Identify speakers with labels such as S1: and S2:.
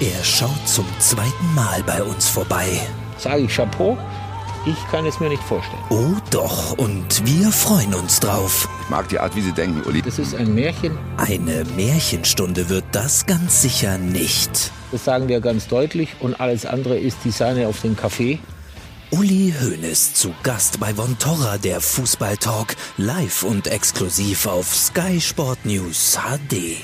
S1: Er schaut zum zweiten Mal bei uns vorbei.
S2: Sage ich Chapeau? Ich kann es mir nicht vorstellen.
S1: Oh doch, und wir freuen uns drauf.
S3: Ich mag die Art, wie Sie denken, Uli.
S2: Das ist ein Märchen,
S1: Eine Märchenstunde wird das ganz sicher nicht.
S2: das sagen wir ganz deutlich. Und alles andere ist die Sahne auf den Kaffee.
S1: Uli Hoeneß zu Gast bei Vontorra, der Fußballtalk, live und exklusiv auf Sky Sport News HD.